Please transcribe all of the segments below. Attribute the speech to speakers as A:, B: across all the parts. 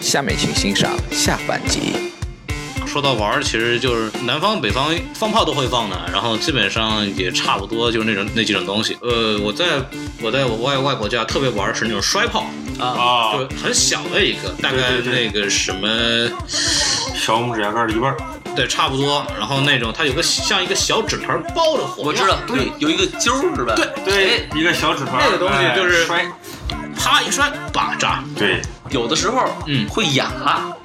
A: 下面请欣赏下半集。
B: 说到玩儿，其实就是南方、北方放炮都会放的，然后基本上也差不多，就是那种那几种东西。呃，我在我在我外外婆家特别玩儿是那种摔炮，
C: 啊，
D: 啊，
B: 就很小的一个，大概
D: 对对
B: 那个什么，
D: 小拇指甲盖儿的一半儿，
B: 对，差不多。然后那种它有个像一个小纸团包着火药，
C: 我知道，对，有一个揪儿是吧？
B: 对，
D: 对，一个小纸团儿，
B: 那个东西就是
D: 哎摔，
B: 啪一摔，叭炸，
D: 对，
C: 有的时候
B: 嗯
C: 会哑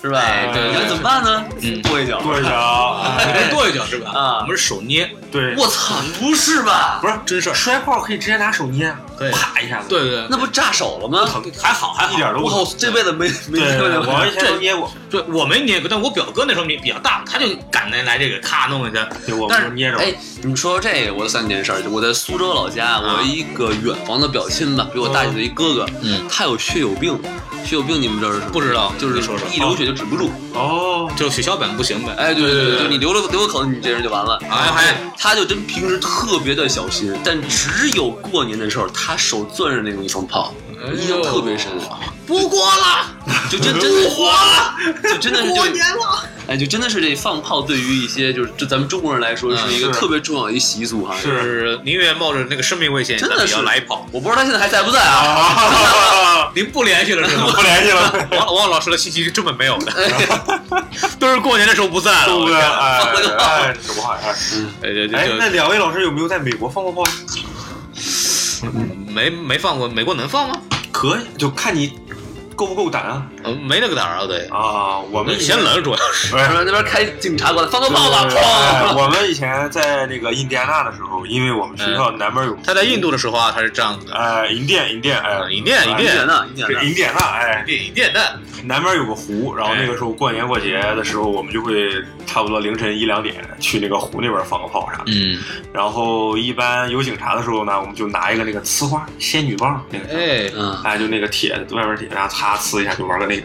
C: 是吧？
B: 哎
D: 对对
C: 你看
D: 对
C: 怎么办呢？
B: 嗯
C: 跺一脚
D: 跺一脚，
B: 你这跺一脚是吧？
C: 啊
B: 我们是手捏，
D: 哎对，
C: 我操，不是吧？
D: 不是
B: 真事儿
D: 摔炮可以直接拿手捏，啊
B: 对
D: 啪一下子，
B: 对对
C: 那不炸手了吗？
B: 还好还
D: 一点儿都
C: 我
D: 不
C: 靠
D: 疼。，
C: 这辈子没没
D: 对，
C: 没
D: 我以前都捏过，
B: 对，我没捏过，但我表哥那时候比比较大，他就敢来来这个，咔弄一下。
D: 对，我
B: 但
D: 们
B: 是
D: 都捏着过。
C: 哎，你们说这个，我有三件事儿。我在苏州老家，
B: 啊
C: 我一个远房的表亲吧，比我大几岁一哥哥，
B: 嗯
C: 他有血友病。血友病你们知道是什么？
B: 不知道
C: 就是
B: 你说说啊
C: 一流血就止不住。
D: 哦，
B: 就血小板不行呗。
C: 哎，对
B: 对
C: 对
B: 对
C: 就你流了流个口，你这人就完了。
B: 哎
C: 然后还他就真平时特别的小心，但只有过年的时候，他手攥着那种一放炮，
B: 哎
C: 印象特别深，
B: 不过了，
C: 就真真的活了，就真的是过年了。哎，就真的是这放炮对于一些就是就咱们中国人来说是一个
D: 嗯是
C: 特别重要的一习俗哈。
B: 就是是宁愿冒着那个生命危险，
C: 真
B: 咱
C: 的
B: 们也
C: 是
B: 要来一炮。
C: 我不知道他现在还在不在啊？
D: 啊，
B: 您不联系了是吗？
D: 不联系了，
B: 王王老师的信息是根本没有 的，都是过年的时候不在了。
D: 对
B: 我
D: 不
B: 天
D: 对？哎哎，这不好哎。
B: 哎，对
D: 哎，
B: 对
D: 那
B: 对，
D: 两位老师有没有在美国放过炮？
B: 没没放过，美国能放吗？
D: 可以，就看你够不够胆啊。
B: 呃没那个胆儿啊，对。
D: 啊，我们以前
B: 先冷主要是。
D: 哎
C: 然后那边开警察过来，放个
D: 对
C: 炮吧，
D: 哎
B: 啊
C: 砰！
D: 我们以前在那个印第安纳的时候，因为我们学校南边有
B: 他在印度的时候啊，他是这样的。
D: 呃银店，银店，哎，
B: 嗯银甸银
C: 一
B: 甸
C: 年呢，一
D: 是
C: 年呢，
D: 银典纳，哎，
B: 电影电弹，
D: 南边有个湖，然后那个时候过年过节的时候，我们就会差不多凌晨一两点去那个湖那边放个炮啥的。
B: 嗯，
D: 然后一般有警察的时候呢，我们就拿一个那个呲花仙女棒那个，
B: 哎，
C: 嗯，
D: 哎，就那个铁外面铁，然后擦呲一下就玩个那个。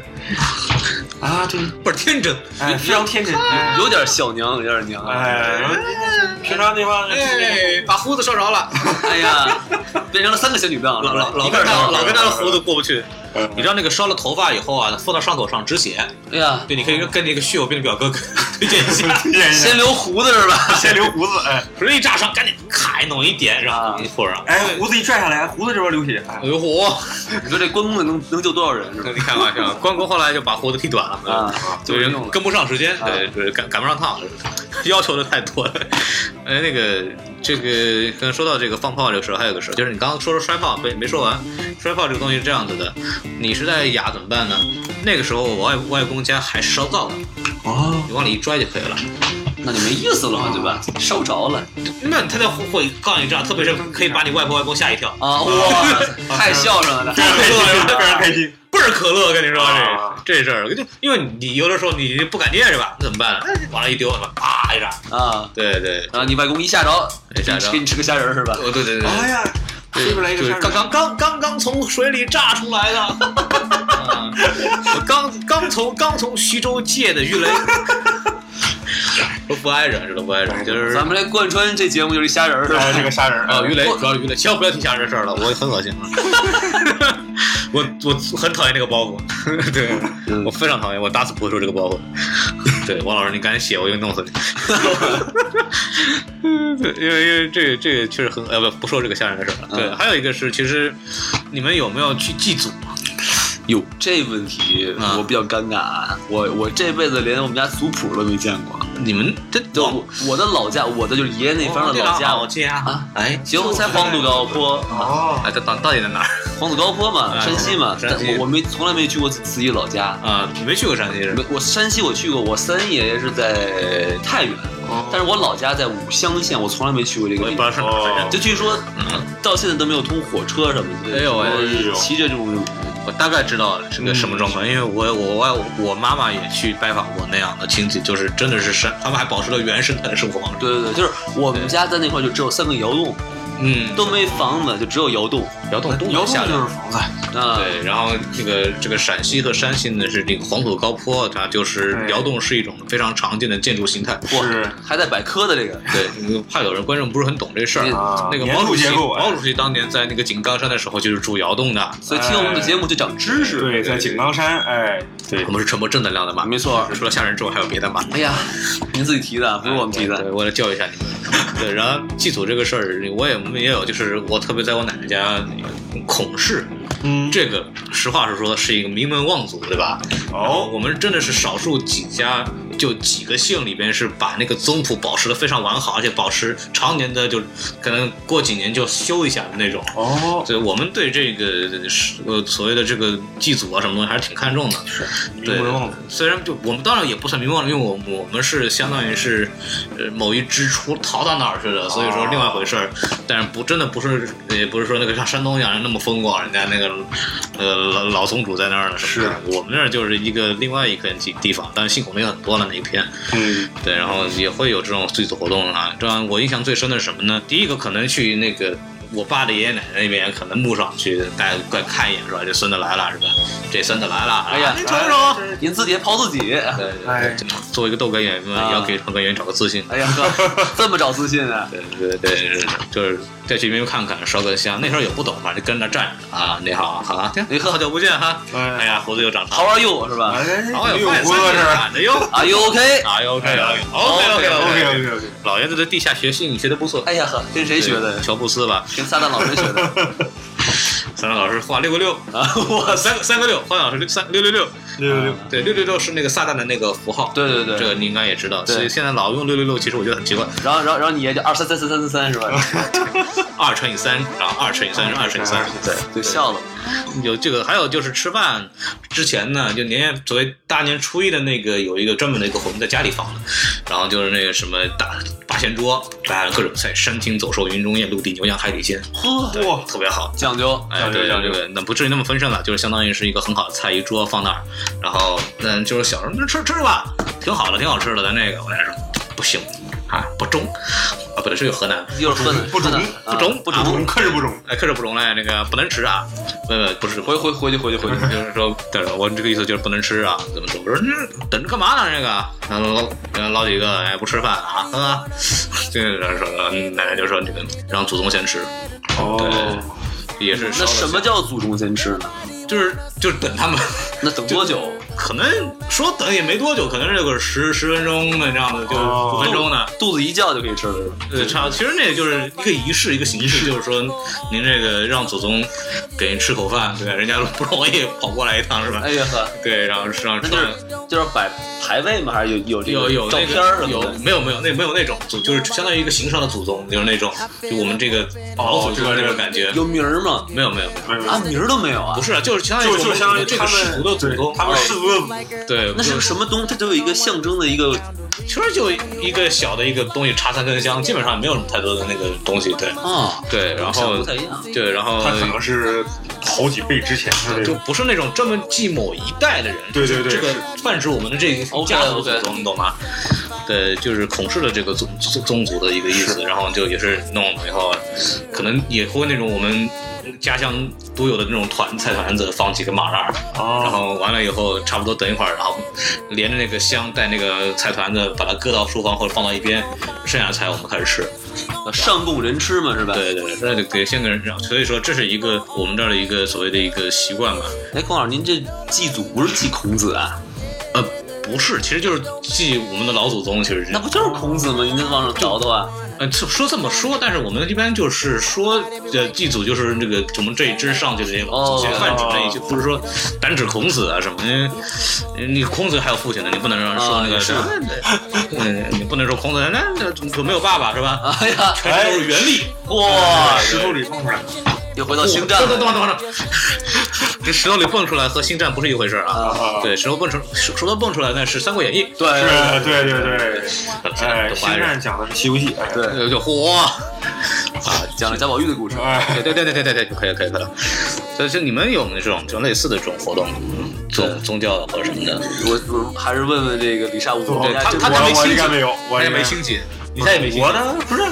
D: 啊，对，
B: 倍儿天真。
D: 哎，非常天真。
C: 有有点小娘，有点娘。
D: 哎，然后平常地方，
B: 哎，把胡子烧着了，
C: 哎呀，变成了三个仙女棒，
B: 老老老
C: 一个
B: 跟
C: 人
B: 他
C: 儿
B: 老跟他的胡子过不去。
D: 呃
B: 你知道那个烧了头发以后啊，放到伤口上止血。
C: 哎呀，
B: 对，你可以跟那个血友病的表哥推荐一下，
D: 演一下
C: 先留胡子是吧？
D: 先留胡子，哎
B: 不是一扎伤赶紧咔弄一点，然后
C: 啊
B: 护上。
D: 哎，胡子一拽下来，胡子这边流血，哎
B: 哎呦嚯！
C: 你说这关公能能救多少人是吧？
B: 你开玩 笑，关公后来就把胡子剃短了，
C: 啊，
B: 就
C: 就是是用了。
B: 跟不上时间，
C: 啊
B: 对，就是赶赶不上趟， 要求的太多了。 哎，那个这个刚才说到这个放炮这个事儿，还有个事儿，就是你刚刚说说摔炮，没没说完。摔炮这个东西是这样子的，你实在哑怎么办呢？那个时候我外外公家还是烧灶的，
D: 哦，
B: 你往里一拽就可以了。
C: 那就没意思了嘛，对吧？
B: 啊
C: 烧着了
B: 那他在火火杠一炸，特别是可以把你外婆外公吓一跳，
C: 啊！哇，太孝顺了，
D: 非常开心，非常开心。
B: 倍儿可乐。跟你说
D: 啊
B: 这这事儿，就因为你有的时候你不敢接是吧？那怎么办呢？往那一丢，啪一炸，哎
C: 啊！
B: 对对，
C: 然后你外公一下着，
B: 一下着
C: 给你吃个虾仁儿是吧？
B: 哦对对对。
D: 哎呀，这边来一
B: 就
D: 个
B: 是
D: 杀
B: 刚
D: 手
B: 刚刚刚刚从水里炸出来的， 啊我刚刚从刚从徐州借的鱼雷，都不挨着，这都不挨着，就是
C: 咱们来贯穿这节目就是虾仁儿是吧
D: 哎，？这个杀人
B: 啊，鱼雷
C: 我
B: 主要是鱼雷，千万不要提家人的事儿了，我很恶心。啊 我我很讨厌这个包袱， 对我非常讨厌，我打死不会说这个包袱。对，王老师，你赶紧写，我一定弄死你。 嗯对，因为因为这个这个确实很呃不不说这个吓人的事儿了。对，
C: 嗯
B: 还有一个是，其实你们有没有去祭祖？
C: 哟，这问题
B: 啊
C: 我比较尴尬啊！我我这辈子连我们家族谱都没见过。
B: 你们这
C: 就我我的老家，我的就是爷爷那
B: 地
C: 方的老家，
B: 老家
C: 啊
B: 哎
C: 行，才黄土高坡。啊
D: 哦，
B: 哎，到到到底在哪儿？
C: 黄子高坡嘛，
B: 啊
C: 山西嘛，
B: 山
C: 但
B: 西
C: 我我没从来没去过慈禧老家。
B: 啊，没去过山西是吧？
C: 没我山西我去过，我三爷爷是在太原，但是我老家在武乡县，我从来没去过这
B: 我
C: 个
B: 也
C: 地
B: 哦不知道
C: 方。
B: 是哪儿反
D: 哦
B: 正
C: 就据说嗯到现在都没有通火车什么的。
B: 哎呦喂
C: 我骑着这种
B: 我大概知道是个什么状况，因为我我外我妈妈也去拜访过那样的亲戚，就是真的是山，他们还保持了原生态的生活方式。
C: 对对对，就是我们家在那块就只有三个窑洞，
B: 嗯，
C: 都没房子，就只有窑洞。
B: 窑洞都
D: 窑
B: 能
D: 洞
B: 下
D: 就
B: 来。
D: 是房子，
C: 啊，
B: 对，然后这个这个陕西和山西呢是这个黄土高坡，它就是
D: 对
B: 窑洞是一种非常常见的建筑形态。
D: 是
C: 还在百科的这个，
B: 对，嗯怕有人观众不是很懂这事儿。
D: 啊，
B: 那个
D: 年
B: 毛
D: 度
B: 主席，
D: 结构啊
B: 毛主席当年在那个井冈山的时候就是住窑洞的。
C: 所以听我们的节目就长知识。
D: 对，在井冈山，哎，对
B: 我，们是传播正能量的嘛？
C: 没错。
B: 除了吓人之外，还有别的嘛？
C: 哎呀，您自己提的，不是我们提
B: 对，
C: 的。
B: 我来教育一下你们。 对，然后祭祖这个事儿，我也也有，就是我特别在我奶奶家孔氏，
D: 嗯，
B: 这个实话实说是一个名门望族，对吧？
D: 哦，
B: 我们真的是少数几家，就几个姓里边是把那个宗谱保持的非常完好，而且保持常年的就可能过几年就修一下的那种。
D: 哦，
B: 对，我们对这个是呃所谓的这个祭祖啊什么东西还是挺看重的。对
D: 名门望族，
B: 虽然就我们当然也不算名望，因为我我们是相当于是，呃，某一支出逃到哪儿去的，所以说另外回事儿。但是不真的不是，也不是说那个像山东一样那么风光，人家那个呃老老宗主在那儿呢。什么的我们那儿就是一个另外一个地地方，但是信孔的也很多了那一片。
D: 嗯，
B: 对，然后也会有这种祭祖活动啊。这样我印象最深的是什么呢？第一个可能去那个我爸的爷爷奶奶那边，可能墓上去带快看一眼，说这孙子来了是吧？这孙子来了，
C: 哎呀
B: 您瞅瞅。
C: 您自己还刨自己。
B: 对
D: 哎
B: 对，对，作为一个逗哏演员，
C: 啊
B: 要给捧哏演员找个自信。
C: 哎呀哥，这么找自信啊？
B: 对对对对，对就是再去那边看看，烧个香。那时候也不懂，反正跟那站着啊，你好，好啊，你好久不见哈。哎
D: 哎，
B: 呀，胡子又长长，
C: How are you 是吧
D: 哎，
B: 好有
D: 有
B: 饭
D: 胡
B: 三
D: 子
B: 年
D: 这
B: 懒的哟。
C: ？Are you OK？
B: 哎呦，OK
D: 哎
B: OK OK
D: ，OK OK OK，
B: 老爷子的地下学心理学的不错。
C: 哎呀呵，跟谁学的？
B: 乔布斯吧，
C: 跟撒旦老师学的
B: 三老师画六个六，
C: 啊！我
B: 三个三个六，花老师六三六六六，
D: 六六六，
B: 对，六六六是那个撒旦的那个符号，
C: 对对对
B: 这个你应该也知道。
C: 对
B: 所以现在老用六六六，其实我觉得很奇怪，
C: 然后然后然后你也就二三三三三三三是吧？
B: 二乘以三，然后二乘以三是二乘以三， 对。
C: 就笑了。
B: 有这个，还有就是吃饭之前呢，就年夜所谓大年初一的那个有一个专门的一个活动在家里放的，然后就是那个什么大八仙桌，摆了各种菜，山清走兽、云中雁、陆地牛羊、海底鲜，
C: 呵，
B: 哇，特别好。
C: 讲究。
B: 哎，对，让这个那不至于那么丰盛了，就是相当于是一个很好的菜一桌放那儿，然后嗯，就是小时候那吃吃吧，挺好的，挺好吃的。咱那个我来说不行啊，不中啊，本来是有河南，
C: 又是笨的，
D: 不中
C: 笨的
B: 不中
C: 啊不
B: 啊
C: 中。
D: 中可是不中，
B: 哎，可是不中嘞，那个不能吃啊，呃，不是
C: 回回回去回去回去。
B: 就是说，对我这个意思就是不能吃啊，怎么怎么？我说那等着干嘛呢？这个，然后老然后老几个哎不吃饭啊，啊， 这个然后说嗯奶奶就说这个让祖宗先吃，
D: 哦，
B: 也是烧
C: 那
B: 了
C: 什么叫祖宗先吃呢？
B: 香就是就是等他们，
C: 那等多久？
B: 可能说等也没多久，可能这个十十分钟的这样的，就
D: 哦
B: 五分钟的。
C: 肚子一叫就可以吃了是吧？
B: 呃，差其实那个就是一个仪式，一个形式，就是说，您这个让祖宗给您吃口饭，对吧，人家 不容易跑过来一趟是吧？
C: 哎呀呵，
B: 对，然后让
C: 那
B: 让
C: 就是就是摆排位吗？还是有有这
B: 有有
C: 个照
B: 那
C: 片儿
B: 个
C: 什么
B: 有
C: 的？
B: 没有没有那没有那种祖就是相当于一个形上的祖宗，就是那种就我们这个
C: 哦
B: 老祖宗的那种感觉，
C: 有名儿吗？
B: 没有没有没有，
D: 没有，
C: 啊，名儿都没有啊
B: 不！是啊就是相当于
D: 就就相当于
B: 这
D: 他
B: 个氏
D: 们
B: 族的祖
D: 对
B: 宗，
D: 他们氏族的
B: 对，
C: 那是个什么东？它就有一个象征的一个
B: 其实就一个小的一个东西插三根香，基本上没有什么太多的那个东西，对
C: 啊，
B: 对，然
C: 想
B: 后
C: 不太一样。
B: 对，然后
D: 他可能是好几辈之前的这
B: 就
D: 种，
B: 不是那种专门记某一代的人，
D: 对对对
B: 这个泛指我们的这一家族祖
C: OK，OK
B: 宗，你懂吗？对，就是孔氏的这个宗宗宗族的一个意思，然后就也是弄了以后，啊可能也会那种我们家乡独有的那种团菜团子，放几个马辣，然
D: 哦，
B: 后完了以后差不多等一会儿，然后连着那个香带那个菜团子，把它搁到厨房或者放到一边，剩下的菜我们开始吃。
C: 上供人吃嘛，是
D: 嗯
C: 吧？。
B: 对对，那就给先给人让，所以说这是一个我们这儿的一个所谓的一个习惯吧。
C: 哎，孔老师，您这祭祖不是祭孔子啊？
B: 呃，不是，其实就是祭我们的老祖宗，其实是
C: 那不就是孔子吗？您这往上倒倒啊？
B: 呃说说这么说，但是我们一般就是说，呃，祭祖就是那个我们这一支上去的这些
C: 哦
B: 祖先泛指这一些，不是说单指孔子啊什么，因为你孔子还有父亲呢，你不能让说那
C: 啊
B: 个什
C: 是
B: 么，嗯，你不能说孔子那那就没有爸爸是吧？
C: 哎呀，
B: 全都是原力，
C: 哇！
D: 石头里蹦出来，
C: 又回到星战
E: 等等
C: 了。
E: 等等等，这石头里蹦出来和星战不是一回事儿啊。
D: 啊，
E: 对，石头蹦出石石头蹦出来那是《三国演义》，
C: 对
D: 是，对对对，哎，
E: 都
D: 星
E: 白人
D: 战讲的是西游记，哎，
C: 对
E: 呃就嚯，
C: 啊，讲了贾宝玉的故事。
D: 哎，
E: 对对对对对对对，可以可以可以。所以就你们有没有这种这种类似的这种活动，嗯宗宗教
B: 啊
E: 的或者什么的？
C: 我我还是问问这个李沙五
D: 我
C: 总，
E: 他
C: 这
E: 他
C: 我
E: 没
D: 我我
E: 兴
D: 应该
E: 趣
D: 哎没有，我
E: 他也
D: 应该
B: 啊
E: 没兴起，你现在也没兴
D: 我
E: 起。
D: 呢不是，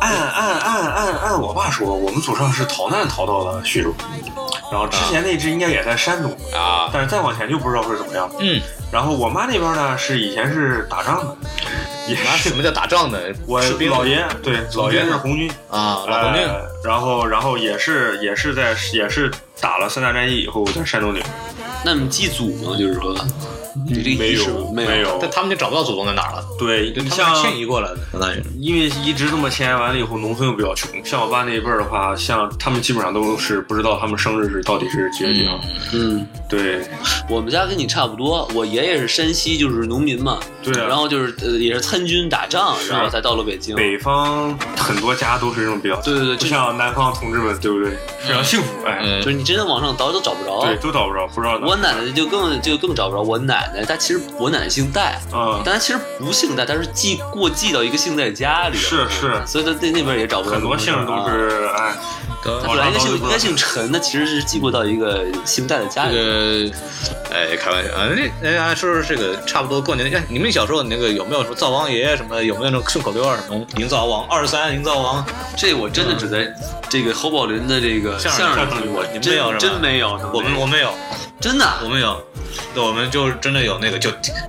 D: 按按按按按我爸说，我们祖上是逃难逃到了徐州，然后之前那支应该也在山东，
E: 啊，
D: 但是再往前就不知道是怎么样。
E: 嗯，
D: 然后我妈那边呢是以前是打仗的，也
E: 拿
D: 是
E: 什么叫打仗的？
D: 我
E: 士兵
D: 老爷对老爷是红军，
E: 啊，老红军
D: 呃然后然后也是也是在也是打了三大战役以后在山东那边
C: 那你祭祖吗？就是说，你这个仪式
D: 没
C: 没有。
D: 有
E: 但他们就找不到祖宗在哪儿了，
D: 对
E: 就
D: 你
E: 他们
D: 像
E: 是迁移过来的，相当于。
D: 因为一直这么迁完了以后，农村又比较穷。像我爸那一辈儿的话，像他们基本上都是不知道他们生日是到底是几月几号。
C: 嗯，
D: 对，
C: 我们家跟你差不多，我爷爷是山西，就是农民嘛。
D: 对啊
C: 然后就是呃，也是参军打仗，然后才到了北京。
D: 北方很多家都是这种比较，
C: 对对对，
D: 就
C: 就
D: 像南方同志们，对不对？非常幸福，哎，
E: 嗯
C: 就是你真的往上倒都找不着。
D: 对，都找不着，不知道哪。
C: 我奶奶就更就更找不着。我奶奶她其实我奶奶姓戴，
D: 嗯
C: 但，她其实不姓戴，她是寄过继到一个姓戴家里。
D: 是是，
C: 所以她在那边也找不着。
D: 很多姓儿都。是哎，
C: 啊她本来应该姓应该姓陈的，其实是寄过到一个姓戴的家
E: 这
C: 里。
E: 个，哎，开玩笑啊！那哎，说说这个，差不多过年。哎，你们小时候那个有没有什么灶王爷什么的？有没有那种顺口溜儿啊什么“营造王二十三”“营造王
C: 这我真的只在这个侯宝林的这个
E: 相
C: 相
E: 声
C: 声
E: 里
C: 听
E: 听
C: 过
E: 过你，们
C: 真
E: 没有是吧
C: 真没有。”？
E: 我们我们有，
C: 真的啊
E: 我们有，对我们就是真的有那个，就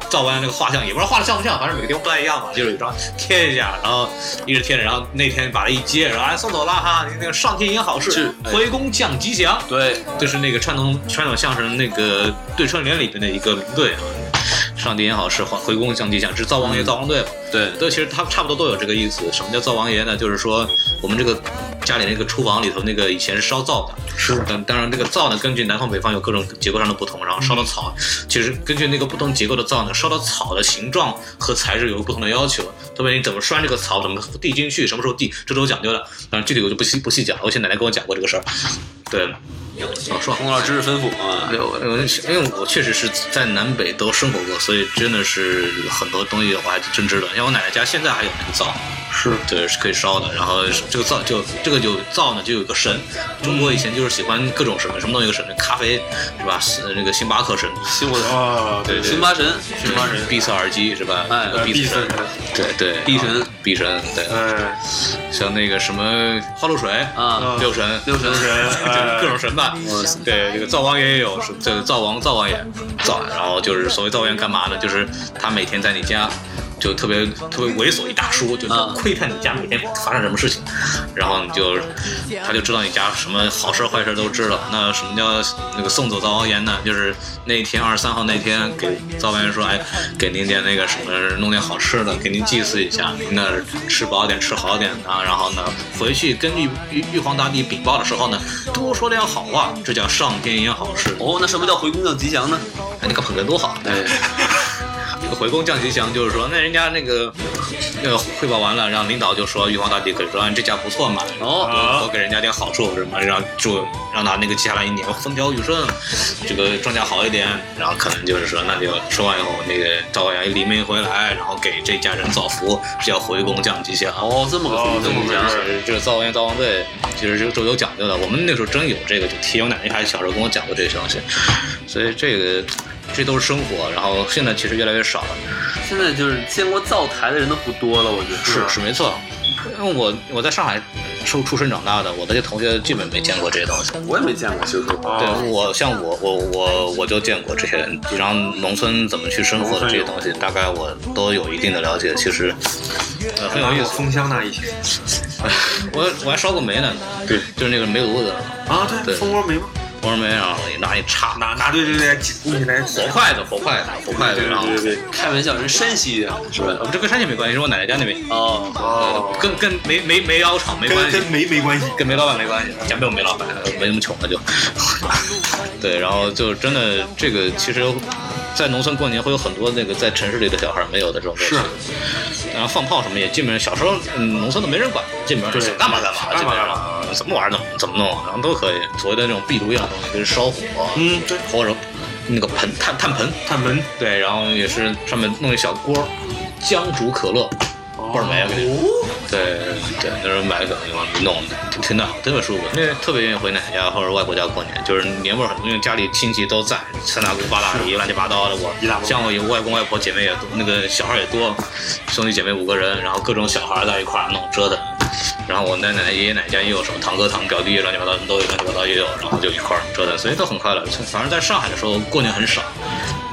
E: 灶王爷那个画像，也不知道画的像不像，反正每个地方不太一样嘛，就是有张贴一下，然后一直贴着，然后那天把它一揭，然后哎送走了哈，那个上天言好事，
C: 是
E: 回宫降吉祥。
C: 对，
E: 就是那个传统传统相声那个对春联里边的一个对啊，上帝也好是还回宫降吉祥，是灶王爷灶王队嘛，
C: 对
E: 都其实他差不多都有这个意思。什么叫灶王爷呢？就是说我们这个家里那个厨房里头那个以前是烧灶的，
D: 是
E: 嗯，当然这个灶呢，根据南方北方有各种结构上的不同，然后烧的草，其实根据那个不同结构的灶呢，烧的草的形状和材质有不同的要求，特别你怎么拴这个草，怎么递进去，什么时候递，这都有讲究的。当然具体我就不细不细讲了，我以前奶奶跟我讲过这个事儿。对，我说
C: 洪老师是吩咐啊。
E: 对，我我因为我确实是在南北都生活过，所以真的是很多东西我还真知道。像我奶奶家现在还有那个灶，
D: 是
E: 对，是可以烧的。然后这个灶就这个就灶呢就有个神，中国以前就是喜欢各种神，什么都有个神，咖啡是吧？呃那个星巴克神，
C: 辛苦了，
D: 啊，对
C: 辛巴神，
E: 星巴神，闭塞耳机是吧？
C: 哎
E: 那个
D: 必
E: 闭
D: 胜
E: 塞，，对对，
C: 闭神，
E: 闭神，对，
D: 哎，
E: 像那个什么花露水
C: 啊
E: 六神，
C: 六神
E: 就
D: 人
E: 是
D: 哎
E: 各种神吧
C: 哇塞。
E: 对，这个灶王爷也有，是这个灶王灶王爷灶，然后就是所谓灶王爷干嘛呢？就是他每天在你家。就特别特别猥琐一大叔，就
C: 啊
E: 窥探你家每天发生什么事情，然后你就他就知道你家什么好事儿坏事儿都知道。那什么叫那个送走灶王爷呢？就是那天二十三号那天给灶王爷说，哎，给您点那个什么，弄点好吃的，给您祭祀一下，您那儿吃饱点，吃好点啊。然后呢，回去跟玉玉玉皇大帝禀报的时候呢，多说点好话，这叫上天言好事。
C: 哦，那什么叫回宫降吉祥呢？
E: 哎，你个捧哏多好！
C: 哎，
E: 这个回宫降吉祥，就是说，那人家那个那个汇报完了，让领导就说，玉皇大帝可以说，哎，这家不错嘛，
C: 哦，
D: 啊
E: 多给人家点好处，什么让祝让他那个接下来一年风调雨顺，这个庄稼好一点。然后可能就是说，那就说完以后，那个赵王爷临没回来，然后给这家人造福，是要回宫降吉祥。
C: 哦，这么个
D: 哦
C: 回
D: 这么
C: 宫
D: 回
C: 降吉
D: 事
C: 祥，
D: 儿
E: 啊这个灶王爷、灶王队其实是都有讲究的。我们那时候真有这个，就提我奶奶还小时候跟我讲过这些东西，所以这个这都是生活。然后现在其实越来越少了，
C: 现在就是见过灶台的人都不多了，我觉得
E: 是是没错。因为我我在上海出出生长大的，我的这同学基本没见过这些东西。
C: 我也没见过，其实说
D: 啊
E: 对我像我我我我就见过这些，然后农村怎么去生活的这些东西，大概我都有一定的了解。其实，呃，很有意
D: 有
E: 思。
D: 封箱那一些
E: 我我还烧过煤呢，
D: 对，
E: 就是那个煤炉子，
D: 啊，
E: 对
D: 对，蜂窝煤嘛，
E: 我说煤，然后一拿一插，
D: 拿拿对对对，你来
E: 火筷子，火筷子，火筷子，
D: 对
E: 然后
D: 对对对，
C: 开玩笑，人山西的是吧？
E: 呃，这跟山西没关系，是我奶奶家那边，
C: 哦，
D: 哦，
E: 跟跟煤煤煤窑厂没关
D: 跟
E: 系
D: 跟，煤没关系，
E: 跟煤老板没关系，家没有煤老板，没那么穷了就。 对，然后就真的这个，其实，在农村过年会有很多那个在城市里的小孩没有的这种东西。然后放炮什么也基本上小时候，嗯，农村都没人管，基本上
D: 对
E: 想干嘛干嘛，
D: 干
E: 基
D: 嘛
E: 本
D: 干
E: 上。
D: 嘛，
E: 的，啊怎么玩怎么怎么弄，啊然后都可以。所谓的那种壁炉一样的啊东西，跟烧火，啊
D: 嗯，对，
E: 或者那个盆炭炭盆，
D: 探门
E: 对，然后也是上面弄一小锅，姜煮可乐，
D: 哦
E: 倍儿美，我跟你说。对对，就是买个地方弄的，挺挺暖和，特别舒服。那特别愿意回奶奶家或者外婆家过年，就是年味儿很重，因为家里亲戚都在，三大姑八大姨乱七八糟的。我
D: 一大帮
E: 像我有外公外婆姐妹也多，那个小孩儿也多，兄弟姐妹五个人，然后各种小孩儿在一块儿弄折腾。然后我奶奶、爷爷奶奶家也有什么堂哥、堂表弟，乱七八糟什么都有，乱七八糟也有，然后就一块儿折腾，所以都很快乐。反正在上海的时候过年很少，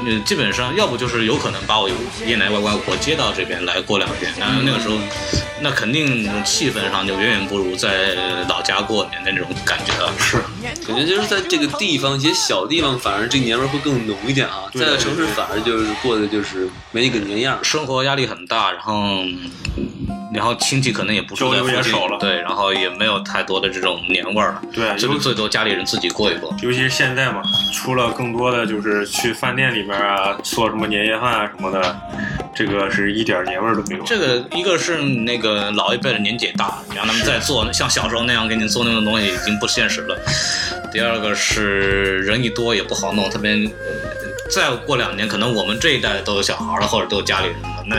E: 呃，基本上要不就是有可能把我爷爷奶奶、外公外婆接到这边来过两天，然后那个时候，那肯定气氛上就远远不如在老家过年的那种感觉了。是，
C: 感觉就是在这个地方，一些小地方，反而这年味儿会更浓一点啊。
D: 对
C: 在
D: 对
C: 城市反而就是过的就是没那个年样儿。
E: 生活压力很大，然后嗯然后亲戚可能也不住在
D: 交
E: 附
D: 流也
E: 近
D: 少了
E: 对，然后也没有太多的这种年味儿了，
D: 对啊，
E: 最
D: 尤
E: 多最多家里人自己过一过。
D: 尤其是现在嘛，出了更多的就是去饭店里面啊做什么年夜饭啊什么的，这个是一点年味儿都没有。
E: 这个一个是那个老一辈的年纪也大，你让他们再做像小时候那样给你做那种东西已经不现实了。第二个是人一多也不好弄，特别呃再过两年，可能我们这一代都有小孩了，或者都有家里人了，那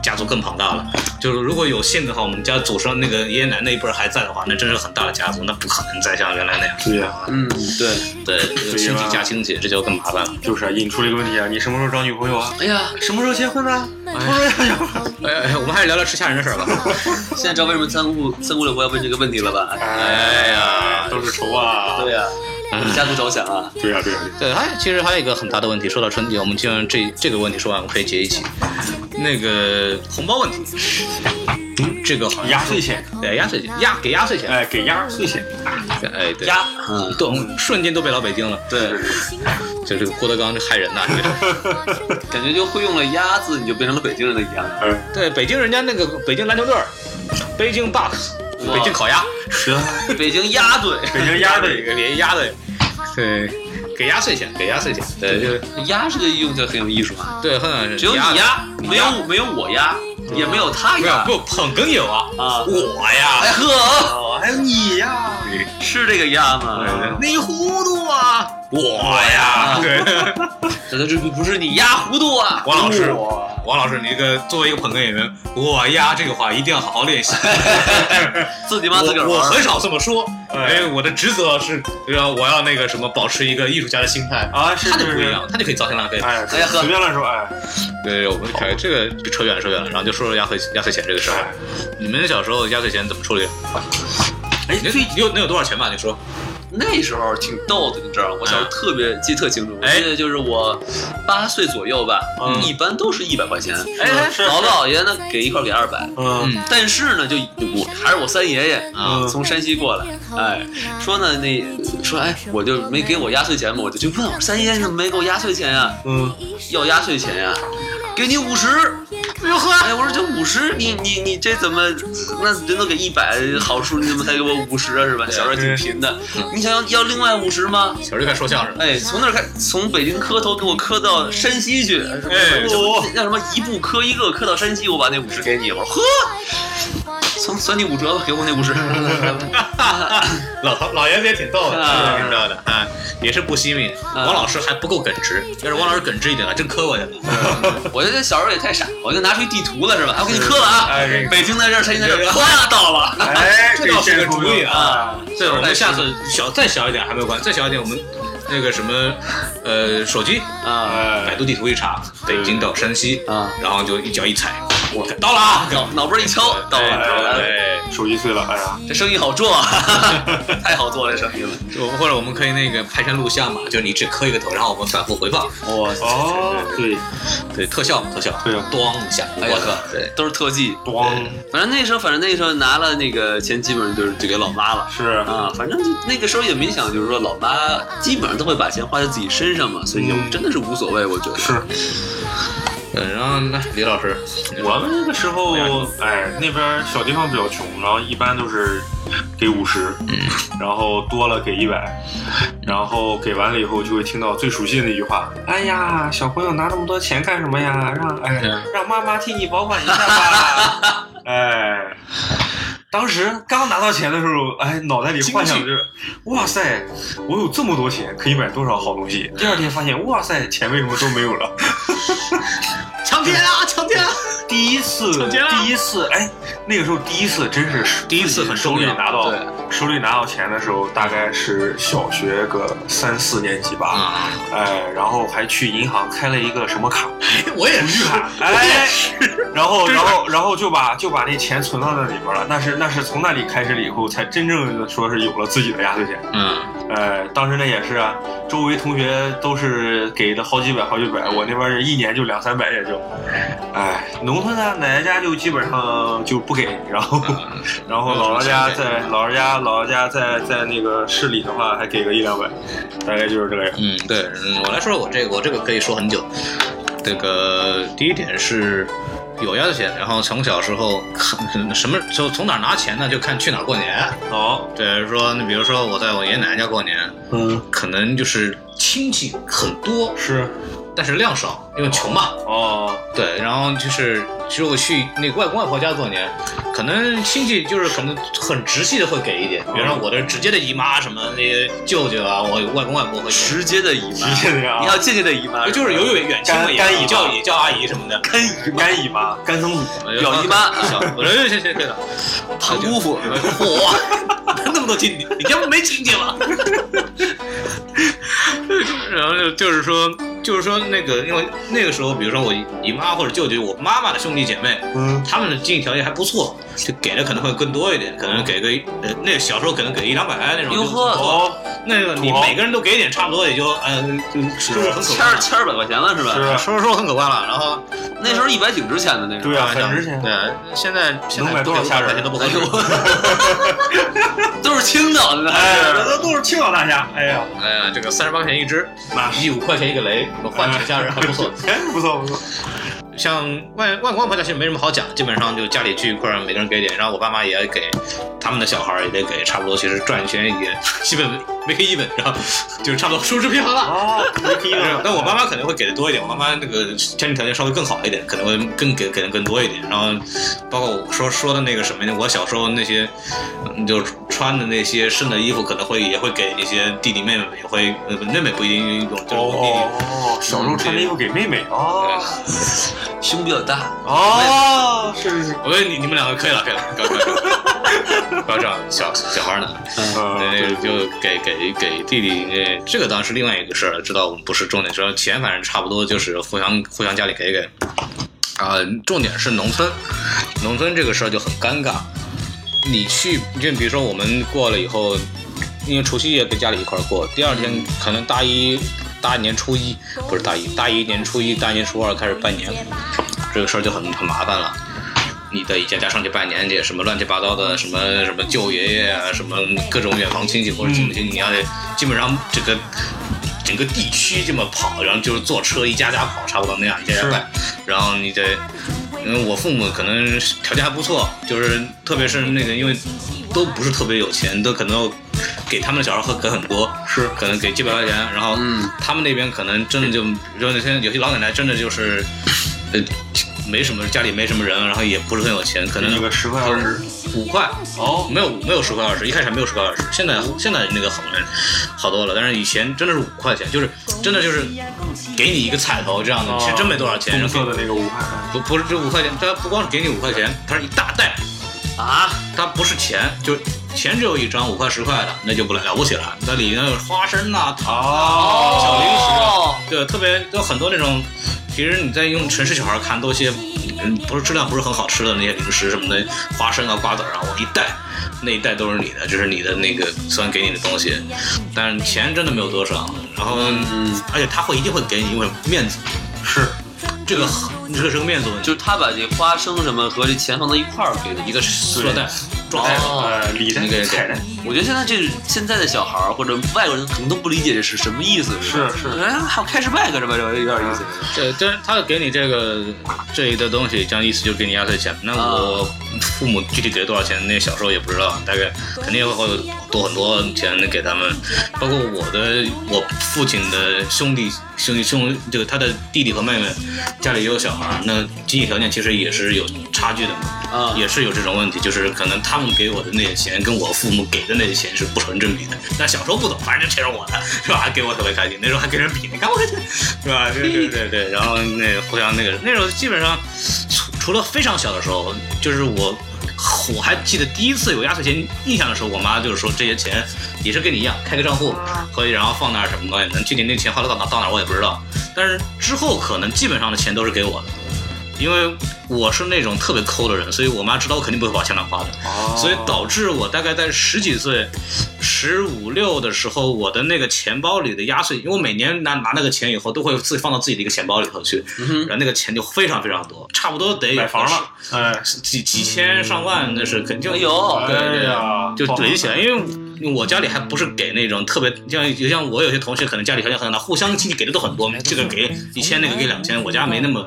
E: 家族更庞大了。就是如果有幸的话，我们家祖上那个爷爷奶奶那一辈儿还在的话，那真是很大的家族，那不可能再像原来那样。
D: 对呀、
C: 嗯，对。
E: 对，这个亲戚加亲戚，这就更麻烦了。
D: 就是啊，引出了一个问题啊，你什么时候找女朋友啊？
C: 哎呀，什么时候结婚啊？
E: 哎哎，我们还是聊聊吃虾仁的事儿吧。
C: 现在知道为什么三姑三姑六婆要问这个问题了吧？
E: 哎呀，
D: 都是仇啊！
C: 对呀、为家族着想啊。
D: 对呀、对呀、
E: 对，还有其实还有一个很大的问题，说到春节，我们既然这这个问题说啊完，我们可以结一起。那个红包问题，嗯，这个好像
D: 压岁钱，
E: 对压岁钱，压给压岁钱，
D: 哎，给压岁钱，
E: 哎对，
C: 呀，嗯，
E: 懂，瞬间都被老北京了。哎
C: 对，
E: 就这个郭德纲这害人呐、这个
C: 感觉就会用了“鸭”字，你就变成了北京人的一样。
D: 嗯，
E: 对北京人家那个北京篮球队儿，北京 Bucks，
C: 哇
E: 北京烤鸭，
D: 是啊，
C: 北京鸭队，
D: 北京压的一个，
E: 个连鸭的，对，给压岁钱，给压岁钱，对，就
C: 鸭这个用起来很有艺术啊。
E: 对，嗯很感人
C: 只有你
E: 鸭
C: 鸭，没有没有我鸭，也没有他
E: 没有
C: 鸭。
E: 不捧哏有啊，
C: 啊
E: 我呀
C: 哎，呵，
E: 哦
D: 还有你呀，
E: 哎
C: 是这个鸭吗？
E: 你糊涂啊！我呀，对，
C: 这这不不是你鸭糊涂啊！
E: 王老师
D: 我，
E: 王老师，你这个作为一个捧哏演员，我呀这个话一定要好好练习。
C: 自己
E: 我
C: 妈自个儿
E: 我
C: 玩儿。
E: 很少这么说，
D: 哎
E: 哎，我的职责是要我要那个什么，保持一个艺术家的心态。
D: 啊，是
E: 他就是不一
D: 是，
E: 样，他就可以糟天浪费。
D: 哎，
C: 哎呀呵
D: 随便乱说，哎，
E: 对，我们开这个就扯远了，扯远了，然后就说说压岁压岁钱这个事儿
D: 哎。
E: 你们小时候压岁钱怎么处理？
D: 哎，
E: 你
D: 最
E: 你有你有多少钱吧？你说，
C: 那时候挺逗的，你知道吗？
D: 嗯
C: 我小时候特别记得特清楚，我
E: 哎
C: 记得就是我八岁左右吧，
D: 嗯
C: 一般都是一百块钱。
E: 哎
D: 是
C: 姥姥姥爷呢给一块儿给二百，
D: 嗯
E: 嗯
C: 但是呢，就我还是我三爷爷
E: 啊
C: 从山西过来，哎，说呢那说哎，我就没给我压岁钱嘛，我就去问我说三爷你怎么没给我压岁钱啊呀、
D: 嗯，
C: 要压岁钱呀、给你五十。哎呦呵，哎，我说这五十，你你你这怎么，那人都给一百好处，你怎么才给我五十啊？是吧？小时候挺贫的，你想要要另外五十吗？
E: 小时候就该说相声了。
C: 哎，从那儿开，从北京磕头给我磕到山西去，
E: 哎
C: 什么叫什么一步磕一个，磕到山西，我把那五十给你。我说呵，从算你五折吧，给我那五十。
E: 老头老爷子也挺逗的，
C: 啊
E: 挺逗的，啊，也是不惜命。
C: 啊
E: 王老师还不够耿直，要是王老师耿直一点了，真磕过去了。
C: 我觉得小时候也太傻，我就拿出一地图了是吧？哎我给你磕了啊，
D: 哎，
C: 北京在这儿，山西在这
E: 对
C: 儿，
E: 对
C: 啪到了。
D: 哎，
E: 这倒是个主意
C: 啊！
E: 对，我们下次小再小一点还没有关系，再小一点我们那个什么，呃，手机
C: 啊
E: 百
D: 哎，
E: 度地图一查，北京到山西，
C: 啊！
E: 然后就一脚一踩，我到了啊！
C: 脑脑门一敲，到
D: 哎
C: 了到了，
E: 对，
D: 手机碎了，哎呀，
C: 这生意好做，啊， 太好做了这生意了。
E: 就或者我们可以那个拍成录像嘛，就你只磕一个头，然后我们反复回放，
C: 哇，
D: 哦，对，
E: 对，特效嘛特效，
D: 对
E: 咣一下，
C: 哎呀
E: 我靠，对，
C: 都是特技。
D: 咣，
C: 反正那时候，反正那时候拿了那个钱，基本上就是就给老妈了。
D: 是，
C: 啊，反正就那个时候也没想，就是说老妈基本上都会把钱花在自己身上嘛，所以就
D: 嗯
C: 真的是无所谓，我觉得。
D: 是。
E: 嗯，然后来李老师，
D: 我们那个时候，哎，那边小地方比较穷，然后一般都是给五十，
E: 嗯
D: 然后多了给一百，然后给完了以后就会听到最熟悉的那句话：“哎呀，小朋友拿那么多钱干什么呀？让哎
E: 嗯
D: 让妈妈替你保管一下吧。”哎，当时刚拿到钱的时候，哎，脑袋里幻想就是，哇塞，我有这么多钱，可以买多少好东西。第二天发现，哇塞，钱为什么都没有了？
E: 抢劫啊！抢劫！啊！
D: 第一次
E: 抢劫了，
D: 第一次，哎，那个时候第一次真是
E: 第一次很
D: 手
E: 重
D: 里
E: 要
D: 拿到
E: 对
D: 手里拿到钱的时候，大概是小学个三四年级吧。
E: 啊！
D: 哎，然后还去银行开了一个什么卡，
E: 我也
D: 储蓄
E: 是，
D: 卡，哎，然后然后然后就把就把那钱存到那里边了。那是那是从那里开始了以后，才真正的说是有了自己的压岁钱。
E: 嗯，
D: 呃，当时那也是啊，周围同学都是给的好几百好几百，我那边儿一年就两三百也就，哎，农村啊，奶奶家就基本上就不给，然后。然后姥姥家在姥姥家姥姥家在在那个市里的话，还给个一两百，大概就是这个样。
E: 嗯，对嗯我来说，我这个我这个可以说很久。这个第一点是有压岁钱，然后从小时候看什么就从哪儿拿钱呢？就看去哪儿过年。
D: 好，
E: 对，说你比如说我在我爷爷奶奶家过年，
D: 嗯，
E: 可能就是亲戚很多，
D: 是
E: 但是量少，因为穷嘛。
D: 哦，
E: 对，然后就是如果去那个外公外婆家过年，可能亲戚就是可能很直系的会给一点，比如说我的直接的姨妈什么那些舅舅啊，我外公外婆会给。
C: 直接的姨
D: 直接
C: 妈，
D: 这样
C: 你
D: 啊。
C: 要见见的姨妈，
E: 就是有有远亲的也
D: 干干姨妈
E: 叫姨叫阿姨什么的，
C: 干姨妈、
D: 干姨妈、干曾祖，
C: 表姨妈、
E: 小，我说哎行行行了，
C: 堂姑 父，
E: 嚯，那么多亲戚，你家不没亲戚吗？然后就就是说，就是说那个，因为那个时候，比如说我姨妈或者舅舅，我妈妈的兄弟姐妹，
D: 嗯，
E: 他们的经济条件还不错，就给的可能会更多一点，可能给个一呃，那个小时候可能给一两百那种就
C: 哟
E: 很
C: 呵
E: 多，
D: 哦，
E: 那个你
D: 土豪
E: 每个人都给点，差不多也就嗯、呃，就就是很可
C: 千
E: 观
C: 儿
E: 了。
C: 千儿百块钱了是吧？
D: 是，
E: 说着说着很可观了，然后
C: 那时候一百挺值钱的，那时候
D: 对啊，
E: 像
D: 很值钱。
E: 对，现在现在
D: 能买多少
E: 下
D: 下哎
E: 水
D: 水
E: 现都不合适。
C: 都是青岛的呢，
D: 哎都都是青岛大虾，哎呀，
E: 哎呀，这个三十八块钱一只，
D: 那
E: 以及五块钱一个雷，我换几下人还不错。
D: 哎，不错不错，
E: 像外外公外婆家其实没什么好讲，基本上就家里聚一块儿，每个人给点，然后我爸妈也给他们的小孩儿也得给，差不多其实转一圈也 基本没给一本，然后就差不多收支平衡了。
D: 哦，第一个，
E: 但我爸妈肯定会给的多一点，我妈妈那个家庭条件稍微更好一点，可能会更给给的更多一点。然后，包括我说说的那个什么呢？我小时候那些，嗯就穿的那些剩的衣服，可能会也会给一些弟弟妹妹，也会呃妹妹不一定有，就是我弟弟。
D: 哦，小哦时候穿的衣服给妹妹，哦
C: 胸比较大，
D: 哦，是是是，
E: 我问你，你们两个可以了，可以了，不要不要不要这样，小小孩儿呢？
D: 呃
E: 对，就给给给弟弟，这这个当然是另外一个事儿了，知道我们不是重点，说钱反正差不多就是互相互相家里给给。啊、重点是农村，农村这个事儿就很尴尬。你去，就比如说我们过了以后，因为除夕夜跟家里一块儿过，第二天可能大一、大年初一不是大一，大一年初一、大年初二开始拜年，这个事儿就很很麻烦了。你得一家家上去拜年去，什么乱七八糟的，什么什么舅爷爷啊，什么各种远房亲戚或者亲戚，你要得基本上整个整个地区这么跑，然后就是坐车一家家跑，差不多那样一家家
D: 是
E: 拜，然后你得。因为我父母可能条件还不错，就是特别是那个，因为都不是特别有钱，都可能给他们的小孩喝给很多，
D: 是
E: 可能给几百块钱，然后
C: 嗯
E: 他们那边可能真的就，比如说有些有些老奶奶真的就是，呃，没什么家里没什么人，然后也不是很有钱，可
D: 那
E: 能
D: 个十块二十，
E: 五块
D: 哦，
E: 没有没有十块二十，一开始还没有十块二十，现在现在那个好人好多了，但是以前真的是五块钱，就是真的就是给你一个彩头这样的，其实真没多少钱，
D: 棕
E: 然后
D: 色的那个五块，
E: 不不是这五块钱，他不光是给你五块钱，他是一大袋啊，他不是钱，就是钱只有一张五块十块的，那就不了了不起了，那里面有花生呐、
D: 哎
E: 糖啊、小零食啊，
C: 哦，
E: 对，特别有很多那种，其实你在用城市小孩看，都一些嗯不是质量不是很好吃的那些零食什么的，花生啊、瓜子儿啊，往一袋，那一袋都是你的，就是你的那个虽然给你的东西，但是钱真的没有多少，然后嗯，而且他会一定会给你，因为面子，
D: 是
E: 这个这个是个面子问题。
C: 就是他把这花生什么和这钱放到一块儿给的。
E: 一个塑料袋装
D: 哎
E: 袋，
D: 呃，里带彩带，
C: 我觉得现在这现在的小孩儿或者外国人可能都不理解这是什么意思，
D: 是
C: 吧
D: 是
C: 哎，还有 cashback 这边有点意思，
E: 这这他给你这个这一的东西，这样意思就给你压岁钱。那我父母具体给了多少钱，那小时候也不知道，大概肯定会多很多钱给他们。包括我的我父亲的兄弟兄兄这个他的弟弟和妹妹家里也有小孩儿，那经济条件其实也是有差距的嘛，
C: 啊
E: 也是有这种问题，就是可能他们给我的那些钱跟我父母给的那些钱是不成正比的。但小时候不懂，反正这钱是我的，是吧？给我特别开心，那时候还跟人比，你看我这，是吧？对对对对，然后那个互相那个那时候基本上除除了非常小的时候，就是我。我还记得第一次有压岁钱印象的时候，我妈就是说这些钱也是跟你一样开个账户，可以然后放那儿什么东西，能具体那钱花到哪到哪儿我也不知道。但是之后可能基本上的钱都是给我的，因为我是那种特别抠的人，所以我妈知道我肯定不会把钱乱花的，
D: 哦
E: 所以导致我大概在十几岁、十五六的时候，我的那个钱包里的压岁，因为我每年拿拿那个钱以后，都会自己放到自己的一个钱包里头去，然后那个钱就非常非常多，差不多得有
D: 嗯买房了，哎，
E: 几几千上万，那是肯定
C: 哎呦
E: 对对
D: 哎呀
E: 对，就
D: 不好
E: 怼起来，因为。我家里还不是给那种特别像，就像我有些同学可能家里条件很好，互相亲戚给的都很多，这个给一千，那个给两千。我家没那么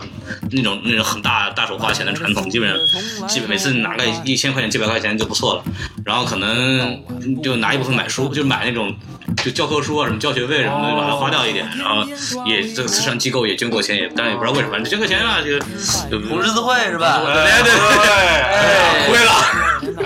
E: 那种那种很大大手花钱的传统，基本上基本每次拿个一千块钱、几百块钱就不错了。然后可能就拿一部分买书，就买那种就教科书啊什么教学费什么的，把它花掉一点。然后也这个慈善机构也捐过钱，也但也不知道为什么，反正捐过钱啊，就就
C: 红十字会是吧？
E: 对对
D: 哎
E: 亏了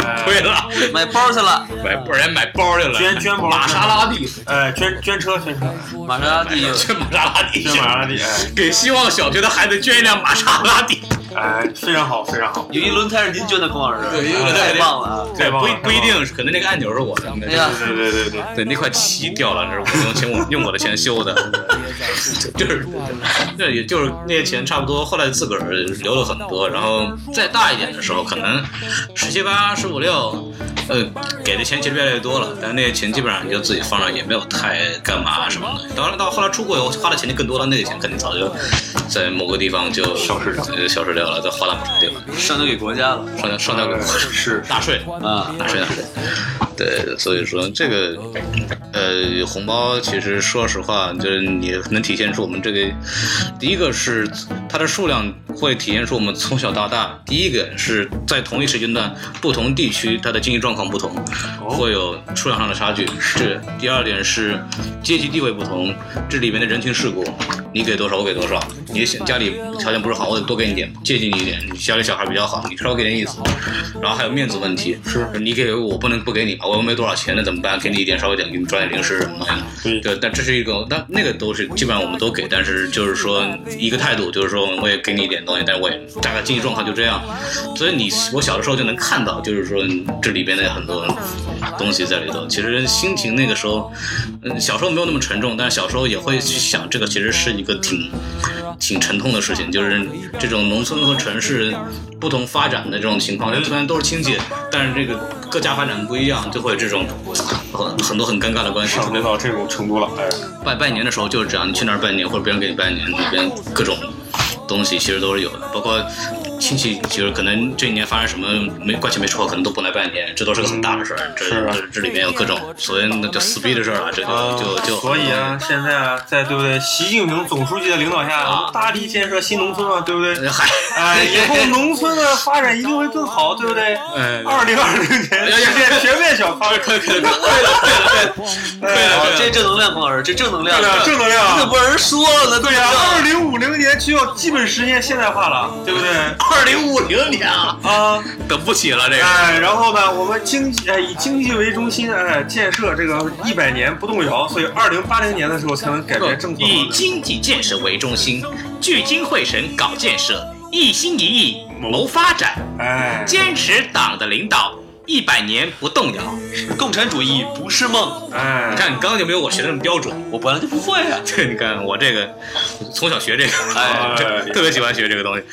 D: 哎
E: 亏了。
C: 买包去了，
E: 买不然买包去了，
D: 捐捐包
E: 玛莎拉蒂，
D: 哎，捐捐车捐车，
C: 玛莎拉蒂 有
E: 捐玛莎拉蒂，
D: 捐哎玛莎拉蒂，
E: 给希望小学的孩子捐一辆玛莎拉蒂，
D: 哎哎，非常好非常好，
C: 有一轮胎是您捐的，孔老师，
E: 对一轮胎
C: 太棒了啊！
E: 对，
D: 太棒
E: 不
D: 了
E: 一
D: 太棒了
E: 不一定是，可能那个按钮是我的，
C: 哎呀，
D: 对对对对，
E: 对，那块漆掉了，这是我用钱我用我的钱修的，就是，这也就是那些钱差不多，后来自个儿留了很多，然后再大一点的时候，可能十七八、十五六，呃，给的钱其实越来越多了，但那些钱基本上就自己放着，也没有太干嘛什么的。当然到后来出国以后，花的钱就更多了，那个钱肯定早就在某个地方就
D: 消失掉
E: 呃消失掉了，再花到某个地方，
C: 上交给国家了
E: 上交上 交给
D: 哎是
E: 纳税。
C: 啊！
E: 打水打水。 对，所以说这个，呃，红包其实说实话，就是你能体现出我们这个，第一个是它的数量会体现出我们从小到大，第一个是在同一时间段不同地区它的经济状况不同，会有数量上的差距。哦是。第二点是阶级地位不同，这里面的人情世故，你给多少我给多少，你想家里条件不是好，我得多给你点，借给你一点，你家里小孩比较好，你稍微给点意思。然后还有面子问题，是你给我不能不给你吧，我又没多少钱，那怎么办？给你一点，稍微点，给你转点零食什么东西
D: 对
E: 的。对，但这是一个，但那个都是基本上我们都给，但是就是说一个态度，就是说我也给你一点东西，但是我也大概经济状况就这样。所以你我小的时候就能看到，就是说这里边的很多东西在里头。其实心情那个时候，嗯，小时候没有那么沉重，但是小时候也会去想，这个其实是一个挺挺沉痛的事情，就是这种农村和城市不同发展的这种情况，虽然都是亲戚，但是这个各家发展不一样，就会有这种很很多很尴尬的关系。特
D: 上
E: 别
D: 升到这种程度了，哎，
E: 拜拜年的时候就是这样，你去那儿拜年或者别人给你拜年，里边各种东西其实都是有的，包括亲戚，就是可能这一年发生什么没关系没处好，可能都不来拜年，这都是个很大的事儿。这
D: 是啊
E: 这这里面有各种所谓那叫撕逼的事儿啊，这
D: 啊
E: 就就就
D: 所以啊，现在啊，在对不对，习近平总书记的领导下，大力建设新农村啊，对不对？
E: 嗨，
D: 哎，以后农村的发展一定会更好，对不对？
E: 哎
D: 二零二零年
E: 呀呀
D: 实现全面小哎康，快快
E: 对
D: 快！
C: 好，
E: 啊，
C: 哦这正能量，孔老师，这正能量，
D: 对啊正能量
C: 你怎么不让人说了呢？
D: 对呀，二零五零年就要基本实现现代化了，对不对？
E: 二零五零年啊，
D: 啊，
E: 等不起了这个。
D: 哎，然后呢，我们经济哎以经济为中心，哎建设这个一百年不动摇，所以二零八零年的时候才能改变政策。
E: 以经济建设为中心，聚精会神搞建设，一心一意谋发展，
D: 哎，
E: 坚持党的领导，一百年不动摇。
C: 共产主义不是梦，
D: 哎，
E: 你看，你刚刚就没有我学的那么标准。
C: 我本来就不会啊。
E: 对，你看我这个从小学这个，
C: 哎
E: 这特别喜欢学这个东西。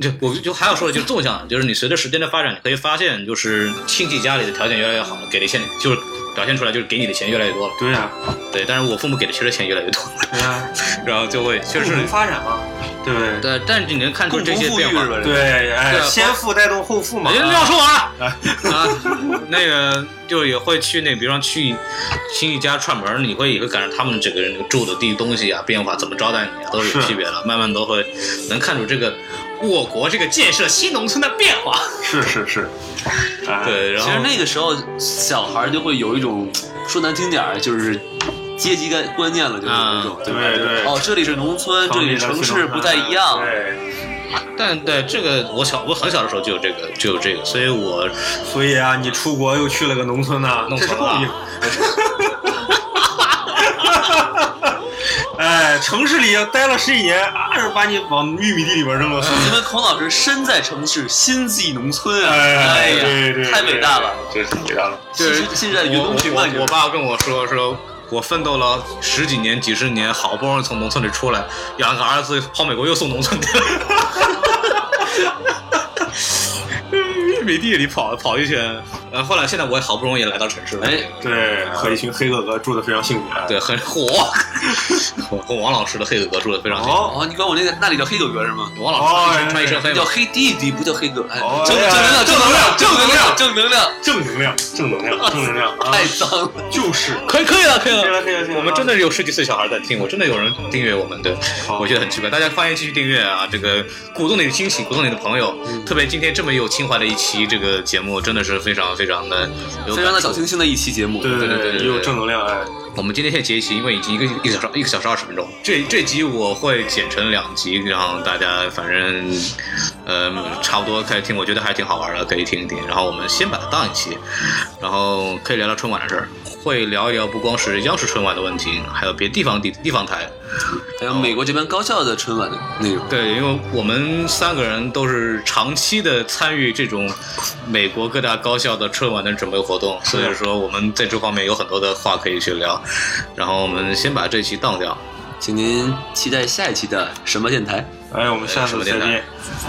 E: 就我就还要说的就是纵向的，就是你随着时间的发展，你可以发现，就是亲戚家里的条件越来越好，给的钱就是表现出来，就是给你的钱越来越多了。
D: 对呀，
E: 对，但是我父母给的确实钱越来越多，
D: 对呀，
E: 然后就会确实
D: 共同
E: 是，
D: 发展嘛，对不对？
E: 对，但是你能看
C: 嗯
E: 出
C: 共
E: 这
C: 同
E: 些
C: 富
E: 变
C: 裕
E: 化
C: 是。吧？，
D: 对，哎
E: 对，啊
D: 先富带动后富嘛
E: 你。不要说完 了
C: 哎
E: 啊，那个就也会去那，比方去亲戚家串门儿，你会也会感受他们这个人住的地东西啊变化，怎么招待你啊，都是有
D: 是
E: 区别的，慢慢都会能看出这个我国这个建设新农村的变化。
D: 是是是，哎，
E: 对，然
C: 其
E: 后
C: 实那个时候小孩就会有一种说难听点儿，就是阶级概观念了，就是那种，对吧？
D: 嗯对对
C: 哦，这里是农村，这
D: 城里
C: 里
D: 的
C: 城
D: 去
C: 市
D: 农
C: 不
D: 村
C: 太一样。
D: 对，
E: 但对这个，我小我很小的时候就有这个，就有这个，所以我
D: 所以啊，你出国又去了个农村呐、
E: 弄
D: 这是
E: 错了
C: 啊
D: 不一样。 哎，城市里待了十几年，啊，把你往玉米地里边扔了。
C: 因为孔老师身在城市，心系农村啊！哎
D: 哎，对对，
C: 呀，太伟大了！，
D: 真是伟大了。
E: 就是
C: 现现在云
E: 我
C: 龙群漫
E: 我我我爸跟我说说。我奋斗了十几年、几十年，好不容易从农村里出来，养个儿子跑美国又送农村 去了，玉米地里跑跑一圈。呃，后来现在我也好不容易来到城市了，
C: 哎
D: 对，和一群黑哥哥住的非常幸福。啊
E: 对，很火。 我跟王老师的黑哥哥住的非常近。
D: 哦，
C: 哦，你管我那个那里叫黑狗哥是吗？
E: 王老师
D: 哦
E: 穿一身黑嘛
C: 叫，黑弟弟，不叫黑哥。哎
D: 哦，
C: 正
D: 哎
C: 正
D: 呀
C: 能量，正能量，正能量，正能量，
D: 正能量，正能量，正能量啊！
C: 太脏了！
D: 就是，
E: 可以可以了，可以
D: 可以
E: 了啊
D: 了，可以了可以了
E: 我们真的有十几岁小孩在听，我真的有人订阅我们，对
D: 好
E: 我觉得很奇怪。大家欢迎继续订阅啊！这个鼓动你的亲戚，鼓动你的朋友，特别今天这么有情怀的一期这个节目，真的是非常非常的有
C: 非
E: 感
C: 常的
E: 触
C: 小清新的一期节目，
D: 对
E: 对对对
D: 对，也有正能量，哎，
E: 我们今天先截一期，因为已经一个一个小时一个小时二十分钟了。这这集我会剪成两集，然后大家反正呃差不多可以听，我觉得还挺好玩的，可以听一听。然后我们先把它当一期，然后可以聊聊春晚的事儿，会聊一聊不光是央视春晚的问题，还有别地方地地方台。
C: 还有美国这边高校的春晚的内容。
E: 对，因为我们三个人都是长期的参与这种美国各大高校的春晚的准备活动，所以说我们在这方面有很多的话可以去聊。然后我们先把这期当掉。
C: 请您期待下一期的什么电台。
D: 哎，我们下
E: 什么
D: 次
E: 电
D: 再
E: 台
D: 见。